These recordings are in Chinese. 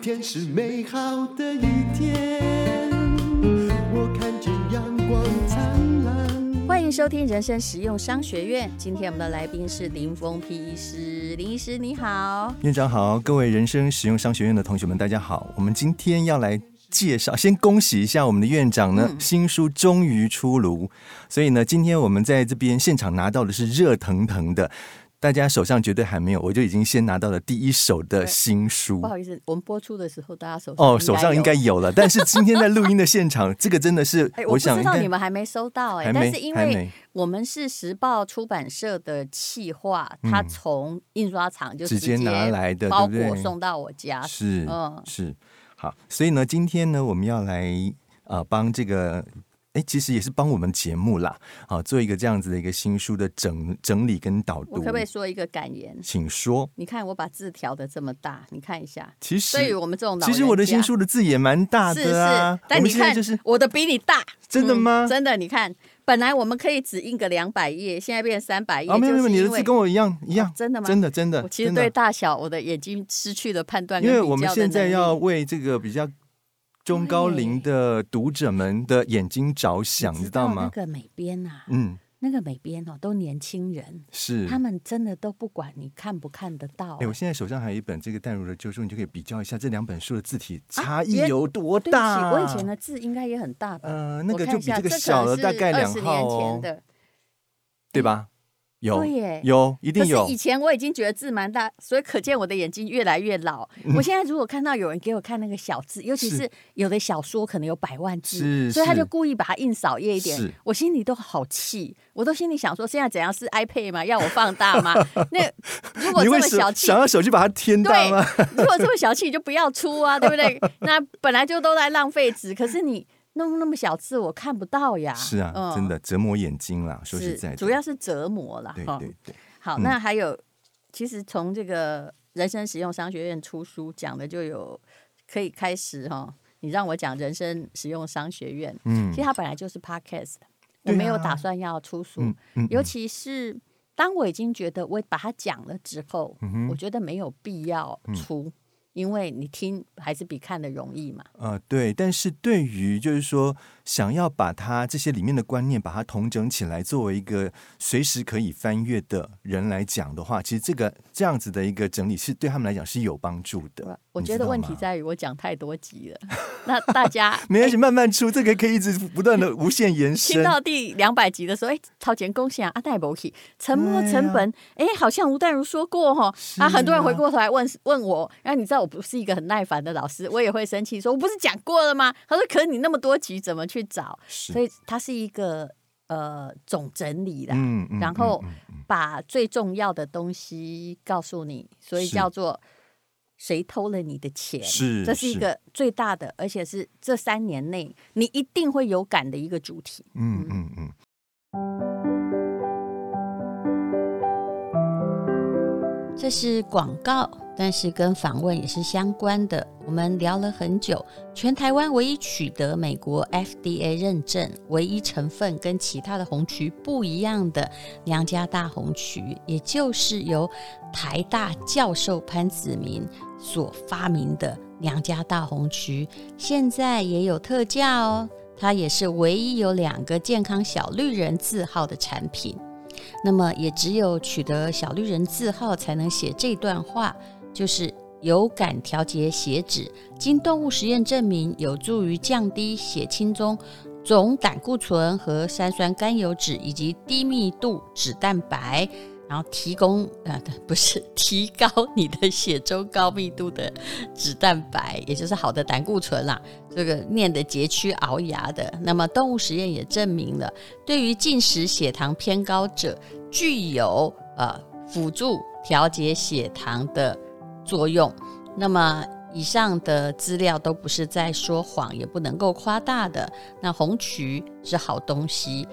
天是美好的一天，我看见阳光灿烂。欢迎收听人生实用商学院。今天我们的来宾是林峰 P 医师，林医师你好。院长好，各位人生实用商学院的同学们，大家好。我们今天要来介绍，先恭喜一下我们的院长嗯呢，新书终于出炉。所以呢，今天我们在这边现场拿到的是热腾腾的。大家手上绝对还没有，我就已经先拿到了第一手的新书不。好意思，我们播出的时候大家手哦，手上应该有有了，但是今天在录音的现场，这个真的是哎，，我我不想知应道该你们还没收到哎、还没但是因还为没我们是时报出版社的企划，嗯他从印刷厂就直接拿来的，包对不裹对？送到我家，是，嗯是，好，所以呢，今天呢，我们要来呃帮这个。哎，其实也是帮我们节目啦，啊，做一个这样子的一个新书的整整理跟导我读可。不可以说一个感言？请说。你看我把字调的这么大，你看一下。其对于实，我们这种老其人实我的家新书的字也蛮大是的啊是。，我但你们现在看，就是我的比你大，真的嗯吗真的，你看，本来我们可以只印个两百页，现在变三百页，啊，没有没有，就是你因的为哦字跟我一样一样，真的吗真的真的。我其实真的对大小，我的眼睛失去了判断跟因比较为的能力，我们现在要为这个比较中高龄的读者们的眼睛着想，你你知道那吗？个美编呐、啊，嗯，那个美编哦，都年轻人，是。他们真的都不管你看不看得到、啊哎、我现在手上还有一本这个淡如的旧书，你就可以比较一下这两本书的字体差异啊原有多对不起大。，啊我以前的字应该也很大吧？呃，那我个看就一比下个这可小能了是大概两20号年前哦，的，嗯对吧？有对耶有一可定是有以，前我已经觉得字蛮大，所以可见我的眼睛越来越老。我现在如果看到有人给我看那个小字，尤其嗯是是有的小说可能有百万字，是所以他是就故意把它印少页一点是，我心里都好气，我都心里想说，现在怎样是 iPad 吗？要我放大 吗？那如果你这会么手小气想。要手机把它添大对啊吗？，如果这么小气，你就不要出啊，对不对？那本来就都在浪费纸，可是你弄那么小字，我看不到 呀。是啊，嗯真的折磨眼睛啦。说实是在的，主要是折磨啦。对哈对对，好，嗯那还有，其实从这个人生实用商学院出书讲的就有可以开始哈、你让我讲人生实用商学院，嗯其实它本来就是 podcast，、我对啊没有打算要出书，嗯嗯，尤嗯其是当我已经觉得我把它讲了之后，嗯哼嗯我觉得没有必要出。因为你听还是比看的容易嘛，呃，对，但是对于就是说，想要把它这些里面的观念把它统整起来，作为一个随时可以翻阅的人来讲的话，其实这个这样子的一个整理是对他们来讲是有帮助的。我啊你觉知得道问题吗在于我讲太多集了， 那大家没关系，慢慢出，这个可以一直不断的无限延听伸。到第两百集的时候，哎、超前恭喜啊，阿黛博去沉没成本，哎、好像吴淡如说过哈，啊是啊，很多人啊回过头来问问我，然后你知道我不是一个很耐烦的老师，我也会生气，说我不是讲过了吗？他说，可是你那么多集怎么去找？所是，以它是一个呃总整理啦，嗯嗯然后嗯嗯把最重要的东西告诉你，所以是叫做。谁偷了你的钱？是这是一是嗯个最大的，而且是这三年内你一定会有感的一个主题。嗯嗯嗯。这是广告，但是跟访问也是相关的。我们聊了很久，全台湾唯一取得美国 FDA 认证、唯一成分跟其他的红曲不一样的娘家大红曲，也就是由台大教授潘子明所发明的娘家大红曲，现在也有特价哦。它也是唯一有两个健康小绿人字号的产品。那么也只有取得小绿人字号才能写这段话，就是有感调节血脂，经动物实验证明有助于降低血清中总胆固醇和三酸甘油脂以及低密度脂蛋白。然后提供啊、对不是提高你的血中高密度的脂蛋白，也就是好的胆固醇啦。这个念的佶屈聱牙的。那么动物实验也证明了，对于进食血糖偏高者，具有呃辅助调节血糖的作用。那么以上的资料都不是在说谎，也不能够夸大的。那红曲是好东西，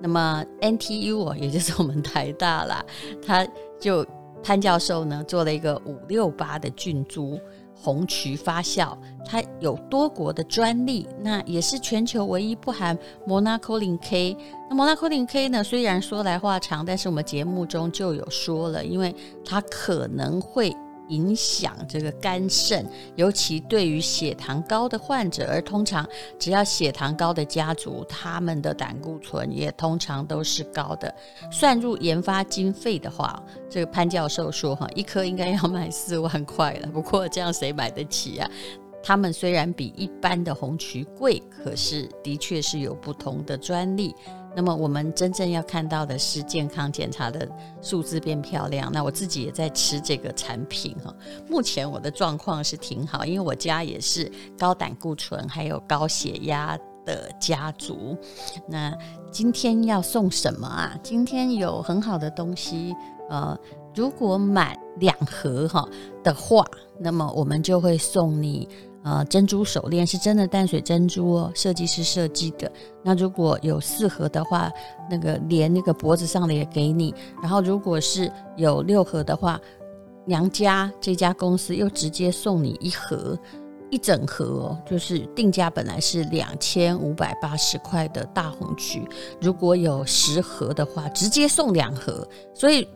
那么 NTU 哦，也就是我们台大啦，他就潘教授呢做了一个五六八的菌株红曲发酵，它有多国的专利，那也是全球唯一不含 Monaco Lin K。那 Monaco Lin K 呢，虽然说来话长，但是我们节目中就有说了，因为它可能会影响这个肝肾，尤其对于血糖高的患者，而通常只要血糖高的家族，他们的胆固醇也通常都是高的。算入研发经费的话，这个潘教授说哈，一颗应该要卖四万块了，不过这样谁买得起啊？他们虽然比一般的红曲贵，可是的确是有不同的专利。那么我们真正要看到的是健康检查的数字变漂亮。那我自己也在吃这个产品哈。目前我的状况是挺好，因为我家也是高胆固醇还有高血压的家族。那今天要送什么啊？今天有很好的东西，呃，如果满两盒哈的话，那么我们就会送你。呃，珍珠手链是真的淡水珍珠哦，设计师设计的。那如果有四盒的话，那个连那个脖子上的也给你。然后如果是有六盒的话，娘家这家公司又直接送你一盒，一整盒哦，就是定价本来是两千五百八十块的大红曲，如果有十盒的话，直接送两盒。所以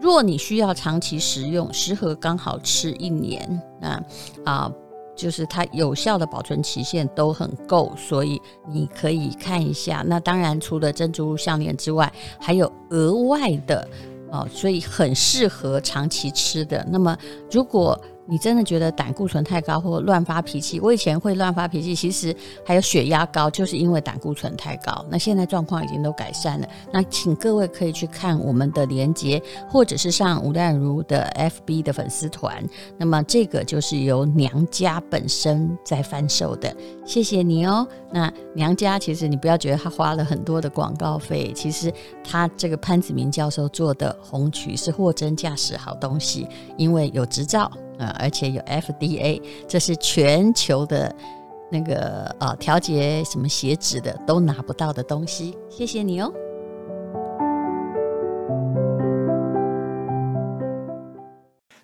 若你需要长期食用，十盒刚好吃一年。那啊。就是它有效的保存期限都很够，所以你可以看一下。那当然，除了珍珠项链之外，还有额外的哦，所以很适合长期吃的。那么，如果你真的觉得胆固醇太高或乱发脾气，我以前会乱发脾气，其实还有血压高，就是因为胆固醇太高。那现在状况已经都改善了。那请各位可以去看我们的连接，或者是上吴淡如的 FB 的粉丝团。那么这个就是由娘家本身在贩售的，谢谢你哦。那娘家其实你不要觉得他花了很多的广告费，其实他这个潘子明教授做的红曲是货真价实好东西，因为有执照。啊、呃，而且有 FDA，这是全球的那个呃调节什么血脂的都拿不到的东西。谢谢你哦。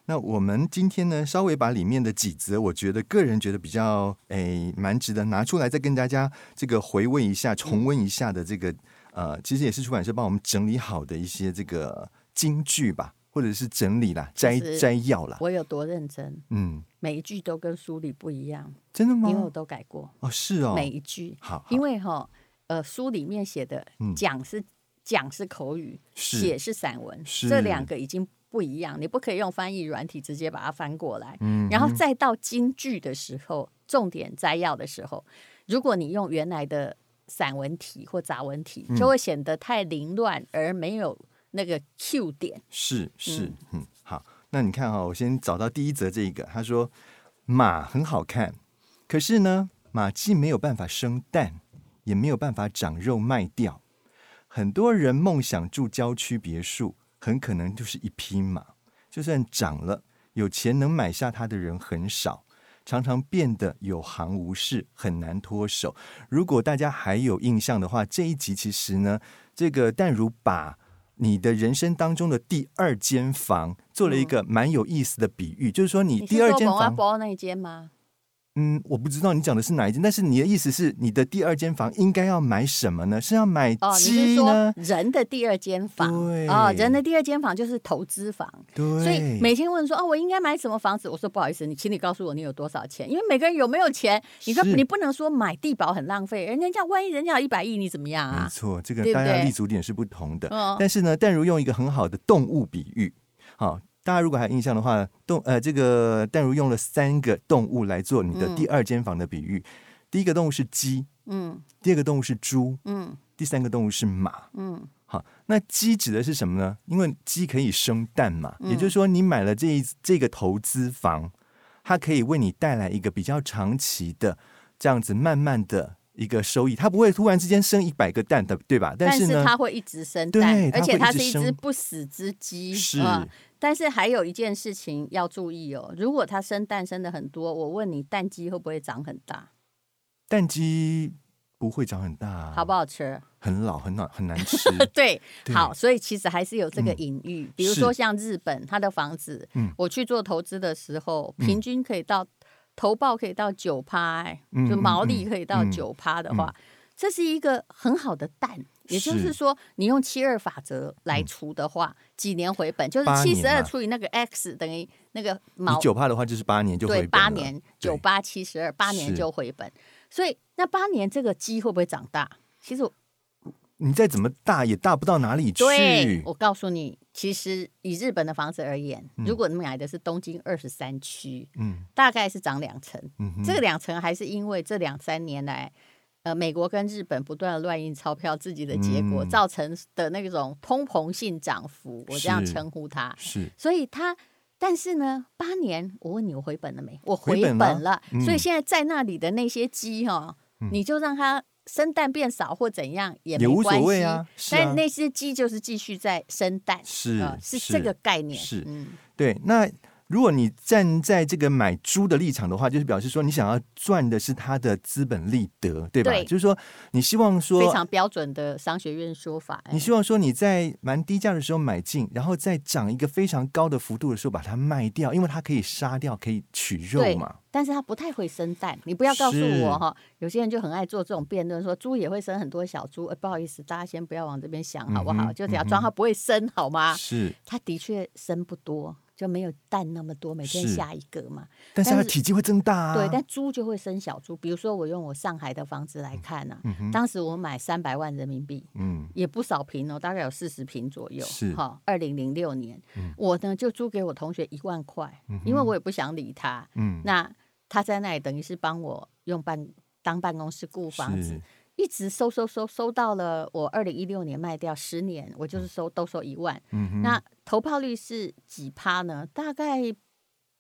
那我们今天呢，稍微把里面的几则，我觉得个人觉得比较诶蛮值得拿出来，再跟大家这个回味一下、重温一下的这个呃，其实也是出版社帮我们整理好的一些这个金句吧。或者是整理啦，摘摘要啦。我有多认真？嗯，每一句都跟书里不一样，真的吗？因为我都改过。哦，是嗯哦，每一句。好，好因为哈、哦，呃，书里面写的讲是、嗯、讲是口语，写是散文，这两个已经不一样，你不可以用翻译软体直接把它翻过来。嗯，然后再到京剧的时候，重点摘要的时候，如果你用原来的散文体或杂文体，嗯就会显得太凌乱而没有。那个 Q 点是是嗯、嗯、好，那你看哈、哦，我先找到第一则这个，他说马很好看，可是呢，马既没有办法生蛋，也没有办法长肉卖掉。很多人梦想住郊区别墅，很可能就是一匹马，就算长了，有钱能买下它的人很少，常常变得有行无市，很难脱手。如果大家还有印象的话，这一集其实呢，这个淡如把。你的人生当中的第二间房，做了一个蛮有意思的比喻，嗯、就是说你第二间房，包那一间吗？嗯，我不知道你讲的是哪一间，但是你的意思是，你的第二间房应该要买什么呢？是要买鸡呢？哦、人的第二间房，对，哦，人的第二间房就是投资房，对。所以每天问说，哦，我应该买什么房子？我说不好意思，你请你告诉我你有多少钱，因为每个人有没有钱，你说你不能说买地保很浪费，人家万一人家有一百亿，你怎么样啊？哦没错，这个大家立足点是不同的，对对但是呢，淡如用一个很好的动物比喻，好、哦。大家如果还有印象的话，动呃，这个淡如用了三个动物来做你的第二间房的比喻。嗯、第一个动物是鸡，嗯；第二个动物是猪，嗯；第三个动物是马，嗯。好，那鸡指的是什么呢？因为鸡可以生蛋嘛，嗯、也就是说，你买了这一这个投资房，它可以为你带来一个比较长期的这样子慢慢的。一个收益，它不会突然之间生一百个蛋的，对吧？但是呢，它会一直生蛋，而且它是一只不死之鸡。是、嗯，但是还有一件事情要注意哦，如果它生蛋生的很多，我问你，蛋鸡会不会长很大？蛋鸡不会长很大、啊，好不好吃？很老，很老，很难吃。对，对好，所以其实还是有这个隐喻。嗯、比如说像日本，它的房子，嗯、我去做投资的时候，嗯平均可以到。投报可以到嗯九趴，欸、就毛利可以到九趴的话，嗯嗯嗯、这是一个很好的蛋，是也就是说，你用七二法则来除的话，几年回本就是嗯八七年十嘛二除以那个 x 等于那个你 毛九趴的话就是八年就回对本八了年对九八七十二八年是就回本，所以那八年这个鸡会不会长大？其实我你再怎么大也大不到哪里去。对我告诉你，其实以日本的房子而言，嗯如果你买的是东京二十三区，嗯大概是涨两成。嗯哼，这个两成还是因为这两三年来，呃，美国跟日本不断的乱印钞票，自己的结果、嗯造成的那种通膨性涨幅，我这样是称呼它。是所以它，但是呢，八年，我问你，我回本了没？我回回本本了了，嗯所以现在在那里的那些鸡哈、哦，你就让它生蛋变少或怎样也也没无所关系谓啊，是啊但，那些鸡就是继续在生蛋，是呃是这个概念，是嗯，对。那如果你站在这个买猪的立场的话，就是表示说你想要赚的是它的资本利得，对吧？对就是说你希望说非常标准的商学院说法。哎你希望说你在蛮低价的时候买进，然后再涨一个非常高的幅度的时候把它卖掉，因为它可以杀掉，可以取肉对嘛。但是它不太会生蛋。你不要告诉是我哈，有些人就很爱做这种辩论，说猪也会生很多小猪。呃，不好意思，大家先不要往这边想好不嗯好？哼就只要装它不会生好吗？是，它的确生不多，就没有蛋那么多，每天是下一个嘛。但是它的但是体积会增大啊。对，但猪就会生小猪。比如说，我用我上海的房子来看啊，嗯哼当时我买三百万人民币，嗯也不少平哦，大概有四十平左右。是嗯哈，二零零六年，我呢就租给我同学一万块，因为我也不想理他。嗯，那他在那里等于是帮我用办当办公室雇房子是，一直收收收收到了我二零一六年卖掉，十年我就是收都收一万。嗯哼，那投报率是几趴呢？大概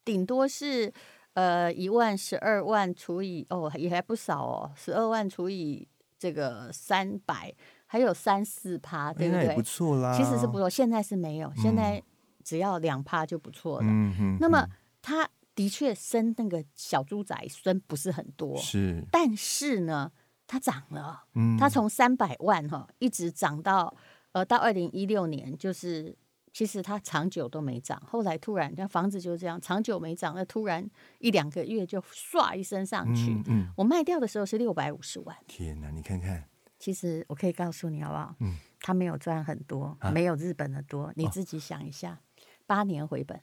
顶多是呃一万十二万除以哦也还不少哦，十二万除以这个三百，还有三四趴，对不哎那也对？不啊错啦。其实是不错，现在是没有，现在只要两趴就不错了。嗯哼，那么它的确生那个小猪仔生不是很多，是，但是呢，它涨了，嗯，它从三百万哈、一直涨到呃到二零一六年，就是其实它长久都没涨，后来突然，那房子就是这样，长久没涨，那突然一两个月就唰一声上去。嗯嗯，我卖掉的时候是六百五十万，天哪，你看看，其实我可以告诉你好不好？嗯，他没有赚很多，啊没有日本的多，你自己想一下，八年回本。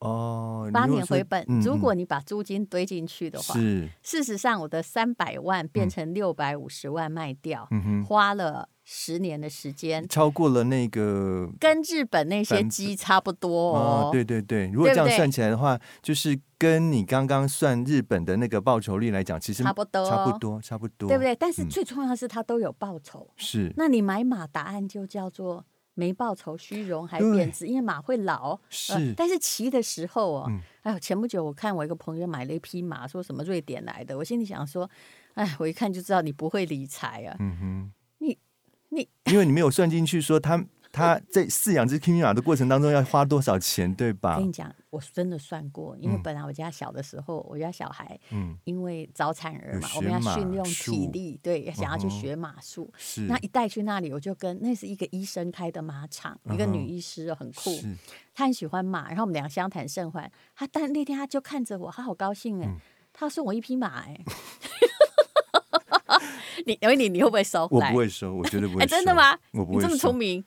哦，你八如果年说回本。嗯如果嗯你把租金堆进去的话，是，事实上我的三百万变成六百五十万卖掉，嗯哼，花了十年的时间，超过了那个。跟日本那百些分之鸡差不多哦哦。，对对对，如果对这样不对算起来的话，就是跟你刚刚算日本的那个报酬率来讲，其实差不多差不多，差不多，对不？对？但是嗯最重要的是，它都有报酬。是那你买马，答案就叫做没报酬、虚荣还对贬值，因为马会老。呃是，但是骑的时候哦，嗯哎呦，前不久我看我一个朋友买了一匹马，说什么瑞典来的，我心里想说，哎，我一看就知道你不会理财啊，嗯哼，你你 因为你没有算进去说他他在饲养这匹马的过程当中要花多少钱，对吧跟？哎你讲，我真的算过，因为啊嗯本来我家小的时候，我家小孩嗯，因为早产儿有嘛，学我们要训练马体术力，对，想要去嗯哼学马术。是，那一带去那里，我就跟那是一个医生开的马场，一个嗯哼女医师哦很酷，是她很喜欢马，然后我们俩相谈甚欢。她但那天她就看着我，她好高兴嗯哎，她送我一匹马哎。 你问你你会不会收？我来不会收，我绝对不会 哎，收。真的吗？我不你会这么收聪，明，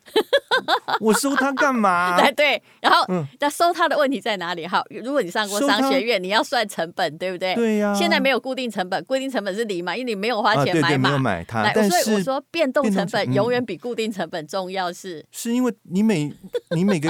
我收它干 嘛？哎，对，然后嗯那收它的问题在哪里？好，如果你上过收商它学院，你要算成本，对不对？对呀现在没有固定成本，固定成本是零嘛，因为你没有花啊，钱对买对，没嘛。有买它来，，但所以我是说变动变动成成本嗯永远比固定成本重要是。是因为你每你每个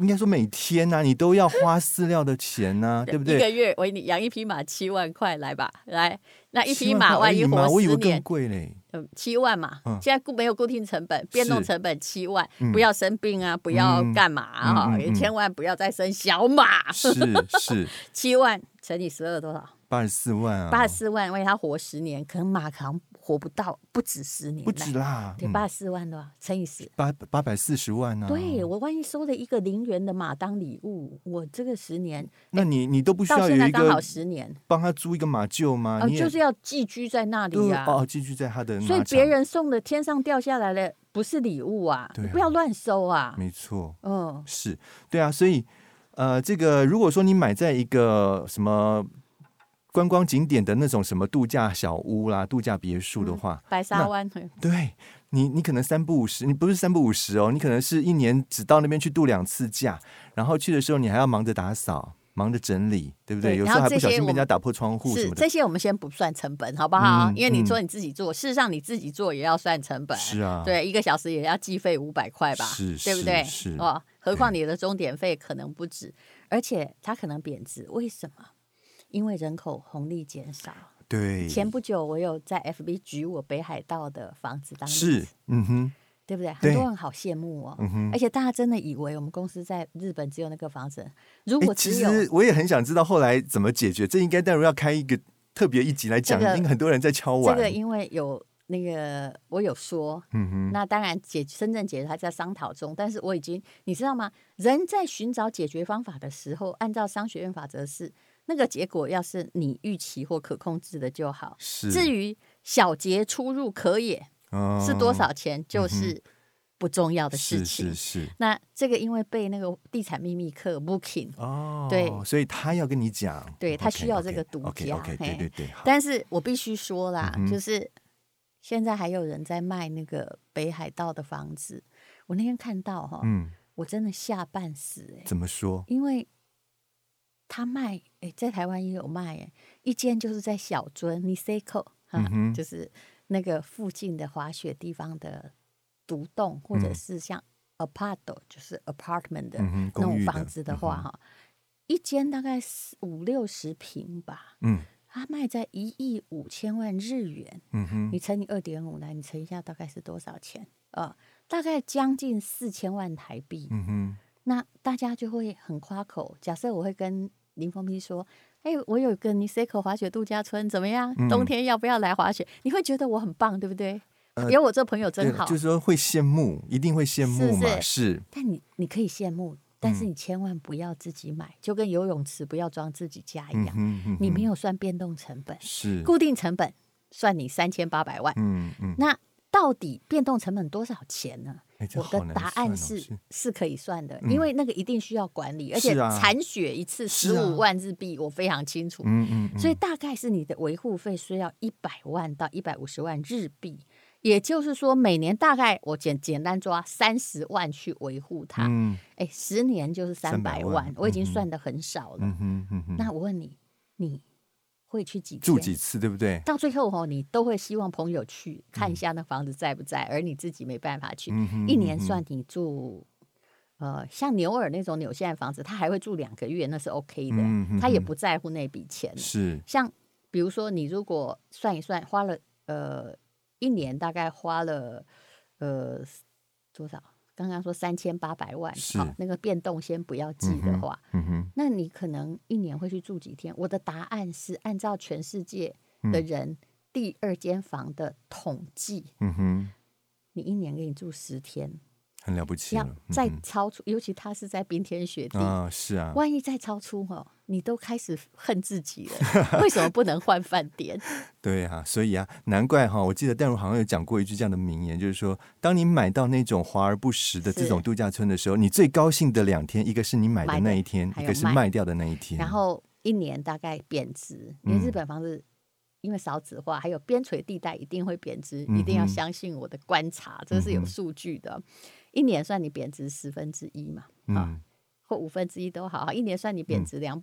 应该说每天呐、你都要花饲料的钱 呐、对不一对？个月我你养一匹马七万块，来吧，来，那一匹7马块而万一已嘛活我以十为更年，贵嘞。嗯，七万嘛嗯，现在固没有固定成本，变动是成本七万嗯，不要生病啊，不要嗯干嘛啊，嗯嗯也嗯千万不要再生小马，是是，七万乘以十二多少？八十四万啊， 八十四万，为他活十年，可能马可能活不到，不止十年，不止，啦，嗯对，八十四万的话乘以十。八八百四十万呢、啊。对，我万一收了一个零元的马当礼物，我这个十年那你你都不需到要现有在一刚好个十年，帮他租一个马厩吗？哦，你也就是要寄居在那里对呀、哦，寄居在他的所以马别场，人送的天上掉下来的不是礼物啊，对啊你不要乱收啊。没错。嗯，是，对啊，所以呃，这个如果说你买在一个什么观嗯光景点的那种什么度假小屋啦、度假别墅的话，白沙湾对，你你可能三不五十，你不是三不五十哦，你可能是一年只到那边去度两次假，然后去的时候你还要忙着打扫，忙着整理，对不对？对有时然候后还不这小些心被我人家们打破窗户什是么的这。些我们先不算成本，好不好？嗯因为你说嗯你自己做，事实上你自己做也要算成本。是啊，，对，一个小时也要计费五百块吧，是对不是对？是哦，何况对你的钟点费可能不止，而且它可能贬值，为什么？因为人口红利减少。对，前不久我有在 FB 举我北海道的房子当例是子，，嗯哼，对不对？对很多人好羡慕哦，嗯哼。而且大家真的以为我们公司在日本只有那个房子，如诶果其只有实我也很想知道后来怎么解决，这应该待会要开一个特别一集来讲，这个因为很多人在敲这碗。个，因为有那个我有说，嗯哼，那当然解深圳解决还在商讨中，但是我已经你知道吗？人在寻找解决方法的时候，按照商学院法则是那个结果要是你预期或可控制的就好。是至于小节出入可也是多少钱，就是不重要的的事情。哦嗯是是是那这个因为被那个地产秘密课 Booking，哦，对所以他要跟你讲，哦对他需要这个独家 OK，, 嘿对对对，好，但是我必须说啦，嗯哼就是现在还有人在卖那个北海道的房子。我那天看到哈、嗯，我真的吓半死哎、怎么说？因为他卖哎、在台湾也有卖哎、一间就是在小樽 Niseko，、啊嗯哼就是那个附近的滑雪地方的独栋，或者嗯是像 apart 就是 apartment 的、嗯哼，那公种寓房子的话，哈、一间大概四五六十平吧，嗯它卖在一亿五千万日元，嗯哼，你乘以二点五来，你乘一下大概是多少钱？呃，大概将近四千万台币。嗯哼，那大家就会很夸口。假设我会跟林峰斌说：“哎、我有个 Niseko 滑雪度假村，怎么样？嗯冬天要不要来滑雪？”你会觉得我很棒，对不对？呃有我这朋友真对好。就是说会羡慕，一定会羡慕嘛，是是但你你可以羡慕，但是嗯你千万不要自己买，就跟游泳池不要装自己家一嗯样，哼，嗯哎你没哼有算变动成本，是，固定成本算你三千八百万，嗯嗯，那到底变动成本多少钱呢？哎这我好的难答算案哦是是是可以算的，嗯因为那个一定需要管理，而且是啊残雪一次是十啊五万日币，我非常清楚。嗯嗯，嗯所以大概是你的维护费需要一百万到一百五十万日币，也就是说每年大概我简简单抓三十万去维护它，嗯哎，十年就是三百300万万，我已经嗯哼算的很少了。嗯哼嗯哼，那我问你，你会去几住天几次对不对？到最后哦，你都会希望朋友去看一下那房子在不在，而你自己没办法去。嗯哼一年嗯哼算你住，呃，像纽尔那种纽西兰房子，他还会住两个月，那是 OK 的，嗯哼他也哼不在乎那笔钱。是，像比如说，你如果算一算，花了呃一年大概花了呃多少？刚刚说三千八百万，是好，那个变动先不要记的嗯哼话，嗯哼，那你可能一年会去住几天？我的答案是按照全世界的人第二间房的统计，嗯哼，你一年给你住十天，很了不起要了，再嗯超出，尤其他是在冰天雪地，哼啊，是啊，万一再超出哦，你都开始恨自己了。为什么不能换饭店？对啊，所以啊，难怪哈，我记得戴茹好像有讲过一句这样的名言，就是说，当你买到那种华而不实的这是种度假村的时候，你最高兴的两天，一个是你买的买的那一天，还一有个是卖卖掉的那一天。然后一年大概贬值，因为嗯日本房子。因为少子化，还有边陲地带一定会贬值，一定要嗯哼相信我的观察，这是嗯有哼数据的。一年算你贬值十分之一嘛，啊，嗯或五分之一都好，一年算你贬值两、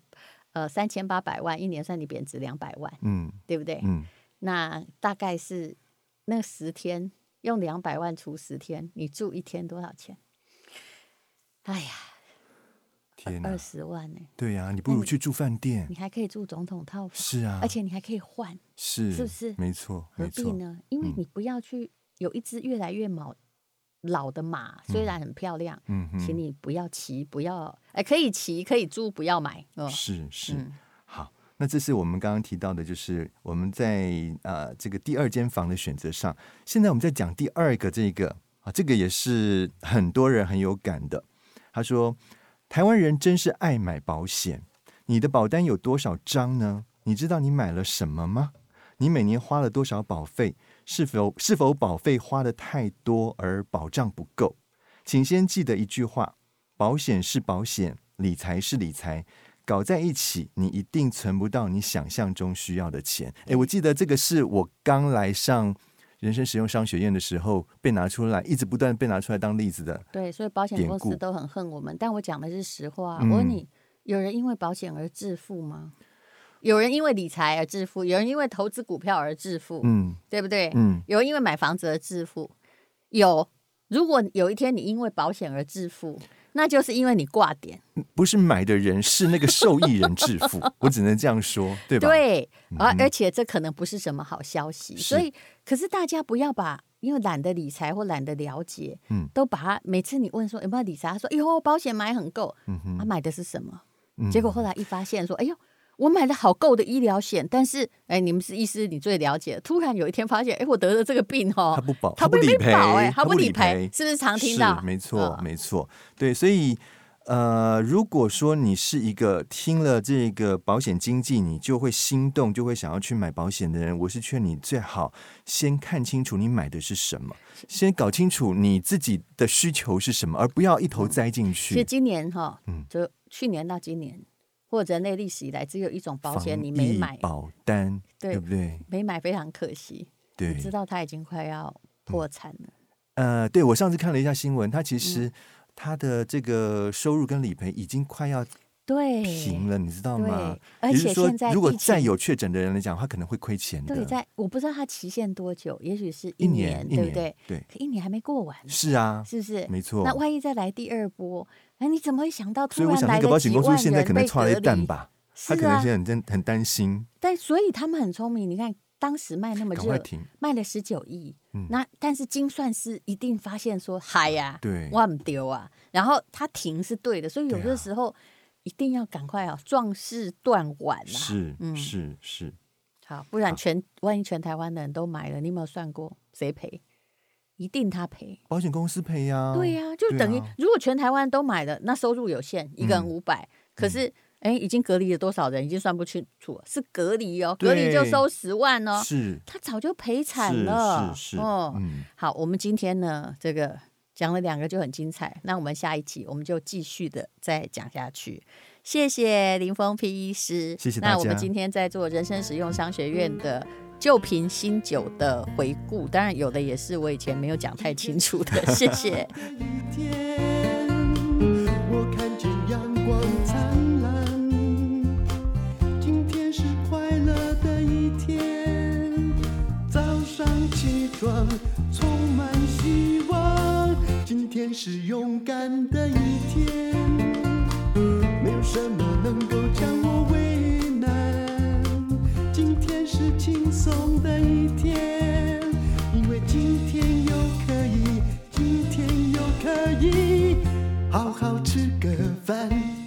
呃三千八百万，一年算你贬值两百万，嗯对不对？嗯，那大概是那十天用两百万除十天，你住一天多少钱？哎呀，天哪二，十万呢、对呀、你不如去住饭店呃你。还可以住总统套房，是啊，而且你还可以换，是是不是没错，何没必错。嗯呢？因为你不要去有一只越来越老老的马，虽然很漂亮，嗯哼，请你不要骑，不要哎，可以骑，可以租，不要买，嗯、是是、嗯好。那这是我们刚刚提到的，就是我们在呃这个第二间房的选择上。现在我们在讲第二个这个啊，这个也是很多人很有感的。他说，台湾人真是爱买保险。你的保单有多少张呢？你知道你买了什么吗？你每年花了多少保费？是否是否保费花的太多而保障不够？请先记得一句话：保险是保险，理财是理财，搞在一起，你一嗯哎定存不到你想象中需要的钱。诶，我记得这个是我刚来上人身实用商学院的时候被拿出来，一直不断被拿出来当例子的。对，所以保险典公故司都很恨我们。但我讲的是实话。嗯我问你，有人因为保险而致富吗？有人因为理财而致富，有人因为投资股票而致富，嗯对不对？嗯，有人因为买房子而致富，有。如果有一天你因为保险而致富，那就是因为你挂点。不是买的人，是那个受益人致 富，我只能这样说，对吧？，对，而、嗯而且这可能不是什么好消息，是所以可是大家不要把。因为懒得理财或懒得了解，嗯都把它每次你问说有没有理财，他说：“哎呦，保险买很够。嗯他、哼，买的是什么？嗯结果后来一发现说：“哎呦，我买了好够的医疗险，但是哎，你们是医师，你最了解。突然有一天发现，哎，我得了这个病哦，他不保，他不理理赔，哎，他他不理赔，是不是常听到？是，没错，嗯没错，对，所以。呃，如果说你是一个听了这个保险经济，你就会心动，就会想要去买保险的人，我是劝你最好先看清楚你买的是什么，先搞清楚你自己的需求是什么，而不要一头嗯栽进其实去。今年哈，嗯就去年到今年，或人类历史以来，只有一种保险你防没疫买，保单，对不对？没买非常可惜。对，嗯你知道它已经快要破产了。呃，对我上次看了一下新闻，它嗯其实它的这个收入跟理赔已经快要对，平了，你知道吗哎对？，而也就且是说现在如果疫情再有确诊的人来讲，他可能会亏钱的。对，在我不知道它期限多久，也许是一年，一对不年，对？对，可一年还没过完，是啊，是不是？没错。那万一再来第二波，哎，你怎么会想到突所以然我想，来那个保了险几公司万现在人可能被抓隔了一离？蛋吧，他是可能啊现，在很担很担心，但所以他们很聪明。你看，当时卖那么赶快热，停。卖了十九亿，嗯那但是精算师一定发现说嗨呀、对，啊我很丢啊，然后他停是对的，所以有的时候、一定要赶快啊，壮士断腕啊，是嗯是是，好，不然全万一全台湾的人都买了，你有没有算过谁赔？一定他赔。保险公司赔呀。对呀、就哦对等于、啊如果全台湾都买了，那收入有限，一个人嗯五百、可是哎，已经隔离了多少人，已经算不清楚了，是隔离哦，对隔离就收十万哦，是他早就赔惨是了。是是，哦，嗯，好，我们今天呢，这个讲了两个就很精彩，那我们下一集我们就继续的再讲下去。谢谢林峰 P 医师，谢谢大家那我们今天在做人生实用商学院的。旧瓶新酒的回顾，当然有的也是我以前没有讲太清楚的，谢谢。一天，我看见阳光灿烂。今天是快乐的一天，早上起床充满希望。今天是勇敢的一天，没有什么能够将我为难。今天是轻松的一天，因为今天又可以，今天又可以好好吃个饭。